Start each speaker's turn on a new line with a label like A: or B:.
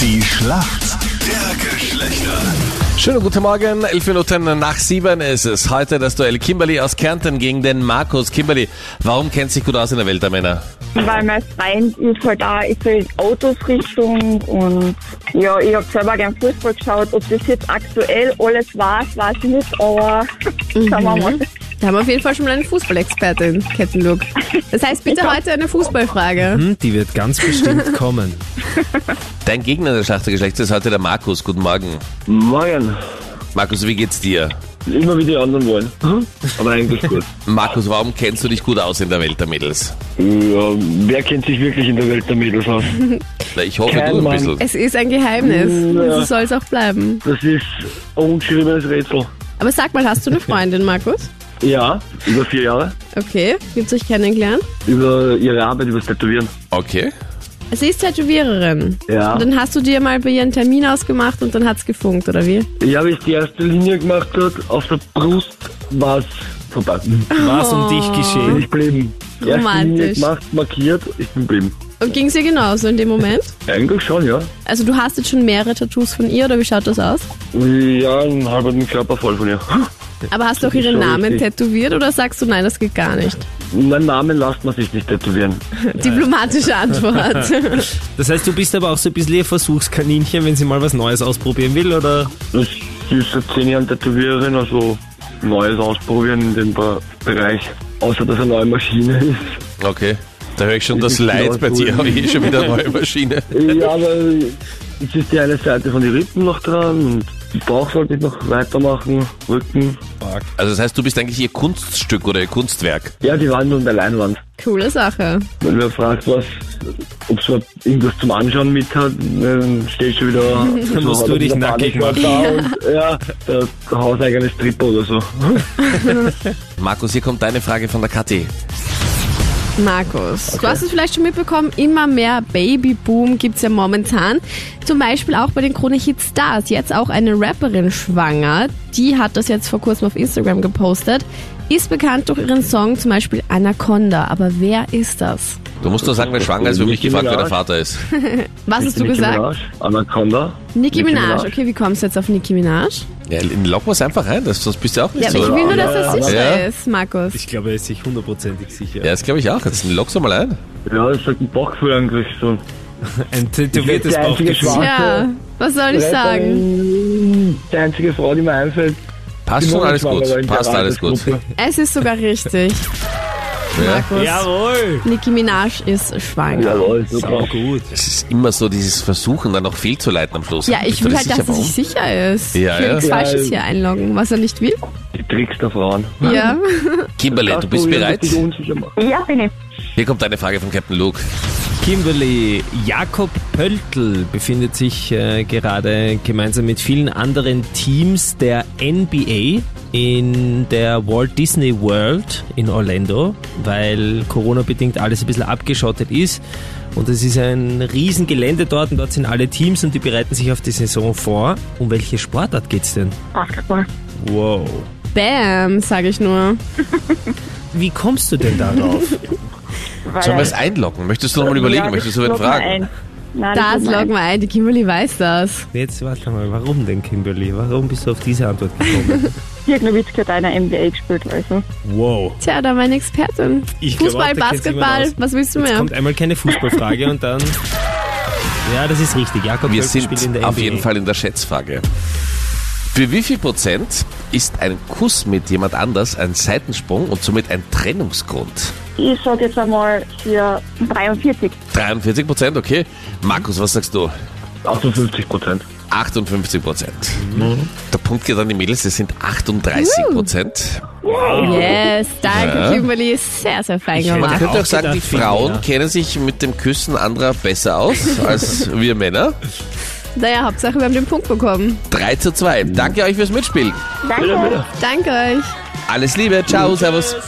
A: Die Schlacht der Geschlechter.
B: Schönen guten Morgen, 11 Minuten nach 7 ist es. Heute das Duell Kimberly aus Kärnten gegen den Markus. Kimberly, warum kennt sich gut aus in der Welt der Männer?
C: Weil mein Freund ist halt auch ist in Autosrichtung und ja, ich habe selber gern Fußball geschaut. Ob das jetzt aktuell alles war, weiß ich nicht, aber schauen wir mal.
D: Da haben wir auf jeden Fall schon mal einen Fußballexperte in Kettenlook. Das heißt, bitte heute eine Fußballfrage.
E: Hm, Die wird ganz bestimmt kommen.
B: Dein Gegner der Schlacht der Geschlechter ist heute der Markus. Guten Morgen.
F: Morgen.
B: Markus, wie geht's dir?
F: Immer wie die anderen wollen. Aber eigentlich gut.
B: Markus, warum kennst du dich gut aus in der Welt der Mädels?
F: Ja, wer kennt sich wirklich in der Welt der Mädels aus?
B: Na, Ich hoffe,
F: Kein
B: du ein
F: Mann.
B: bisschen.
D: Es ist ein Geheimnis.
F: Mm, Ja.
D: So soll es auch bleiben.
F: Das ist ein ungeschriebenes Rätsel.
D: Aber sag mal, hast du eine Freundin, Markus?
F: Ja, über vier Jahre.
D: Okay, gibt's euch kennengelernt?
F: Über ihre Arbeit, über das Tätowieren.
B: Okay.
D: Sie ist Tätowiererin.
F: Ja.
D: Und dann hast du dir mal bei ihr einen Termin ausgemacht und dann hat's gefunkt, oder wie?
F: Ich habe ich die erste Linie gemacht hat, auf der Brust war es vorbei.
E: Was um dich
F: Bin
E: geschehen?
F: ich blieben. Erste Linie
D: Romantisch.
F: gemacht, markiert, ich bin blieben.
D: Und ging's ihr genauso in dem Moment?
F: Eigentlich schon, ja.
D: Also du hast jetzt schon mehrere Tattoos von ihr, oder wie schaut das aus?
F: Ja, einen halben Körper voll von ihr.
D: Aber hast du auch
F: Das ist
D: ihren
F: schon
D: Namen
F: richtig.
D: tätowiert oder sagst du, nein, das geht gar nicht?
F: Meinen Namen lasst man sich nicht tätowieren.
D: Diplomatische Antwort.
E: Das heißt, du bist aber auch so ein bisschen ihr Versuchskaninchen, wenn sie mal was Neues ausprobieren will, oder?
F: Das ist seit zehn Jahren Tätowiererin, also Neues ausprobieren in dem Be- Bereich. Außer, dass eine neue Maschine ist.
B: Okay. Da höre ich schon das
F: Ich bin
B: Leid
F: aus
B: bei dir,
F: Ulm.
B: aber ich schon wieder eine neue Maschine.
F: Ja, aber jetzt ist die eine Seite von den Rippen noch dran und den Bauch sollte ich noch weitermachen, Rücken.
B: Also das heißt, du bist eigentlich ihr Kunststück oder ihr Kunstwerk.
F: Ja, die Wand und der Leinwand.
D: Coole Sache.
F: Wenn wer fragt, was, ob sie irgendwas zum Anschauen mit hat, dann steht schon wieder... Dann
E: musst du dich nackig
F: machen. Ja, der hauseigene Stripper oder so.
B: Markus, hier kommt deine Frage von der Kathi.
D: Markus, du hast es vielleicht schon mitbekommen, immer mehr Babyboom gibt's ja momentan. Zum Beispiel auch bei den Krone-Hit-Stars. Jetzt auch eine Rapperin schwanger. Die hat das jetzt vor kurzem auf Instagram gepostet. Ist bekannt durch ihren Song, zum Beispiel Anaconda. Aber wer ist das?
B: Du musst nur sagen, wer schwanger ist, wird mich gefragt, wer der Vater ist.
D: Was hast du
F: Nicki
D: gesagt?
F: Minaj, Anaconda.
D: Nicki Minaj. Okay, wie kommst du jetzt auf Nicki Minaj?
B: Ja, lock was einfach rein, das- sonst bist du auch nicht
D: Ja, aber
B: so.
D: ich will nur, dass
B: Ja,
D: das
B: ja,
D: sicher
B: ja.
D: ist, Markus.
E: Ich glaube, er ist sich hundertprozentig sicher.
B: Ja, das glaube ich auch. Jetzt lockst du mal ein.
F: Ja, das hat ein Bauchgefühl angekriegt. So.
E: Ein tätowiertes
F: Ich werd der einzige
E: Bauchgefühl.
F: Schwarze.
D: Ja, was soll ich sagen?
F: Die einzige Frau, die mir einfällt.
B: Passt schon alles gut. Passt alles gut.
D: Es ist sogar richtig,
B: Ja.
D: Markus.
E: Jawohl!
D: Nicki Minaj ist schwanger.
F: Jawohl,
E: Sau
F: super.
E: gut.
B: Es ist immer so dieses Versuchen, dann noch fehlzuleiten am Schluss.
D: Ja,
B: Bist
D: ich
B: du
D: will
B: dir
D: halt, dass
B: sicher, warum?
D: er sich sicher ist.
B: Ja,
D: ich will
B: ja.
D: nichts
F: Ja,
D: Falsches hier einloggen, was er nicht will.
F: Die Tricks der Frauen.
D: Ja.
B: Kimberly, du bist bereit?
F: Ich unsicher machen.
C: Ja, bin ich.
B: Hier kommt eine Frage von Captain Luke.
E: Kimberly, Jakob Pöltl befindet sich äh, gerade gemeinsam mit vielen anderen Teams der NBA in der Walt Disney World in Orlando, weil Corona-bedingt alles ein bisschen abgeschottet ist. Und es ist ein Riesengelände dort und dort sind alle Teams und die bereiten sich auf die Saison vor. Um welche Sportart geht's denn?
C: Basketball.
E: Wow.
D: Bam, sage ich nur.
E: Wie kommst du denn darauf?
C: Weil
B: Sollen wir es einloggen? Möchtest du nochmal überlegen? Möchtest du wen
C: das loggen wir
B: fragen?
C: ein. Nein,
D: Das
C: loggen
D: loggen wir ein, die Kimberly weiß das.
E: Jetzt warte mal, warum denn Kimberly? Warum bist du auf diese Antwort gekommen?
C: wir ein. Dirk Nowitzki hat einer NBA gespielt, also.
E: Wow.
D: Tja, da meine Expertin.
E: Ich glaub
D: Fußball,
E: auch, da kennt sich jemand
D: Basketball,
E: aus.
D: was willst du
E: Jetzt
D: mehr?
E: kommt einmal keine Fußballfrage und dann. Ja, das ist richtig. Jakob
B: Wir
E: Pöltl
B: sind
E: spielt in der
B: auf
E: NBA.
B: jeden Fall in der Schätzfrage. Für wie viel Prozent ist ein Kuss mit jemand anders ein Seitensprung und somit ein Trennungsgrund?
C: Ich sag jetzt einmal für 43.
B: 43 Prozent, okay. Markus, was sagst du?
F: 58 Prozent.
B: 58 Prozent. Der Punkt geht an die Mädels, das sind 38 Prozent.
D: Yes, danke
B: Ja.
D: Kimberly, sehr, sehr fein
E: hätte
B: Man
D: gemacht.
E: Hätte
B: könnte auch
E: auch
B: sagen, die
E: gedacht, viel
B: Frauen
E: mehr.
B: kennen sich mit dem Küssen anderer besser aus als wir Männer.
D: Naja, Hauptsache wir haben den Punkt bekommen.
B: 3 zu 2. Danke euch fürs Mitspielen.
C: Danke.
D: Danke euch.
B: Alles Liebe. Ciao, Servus.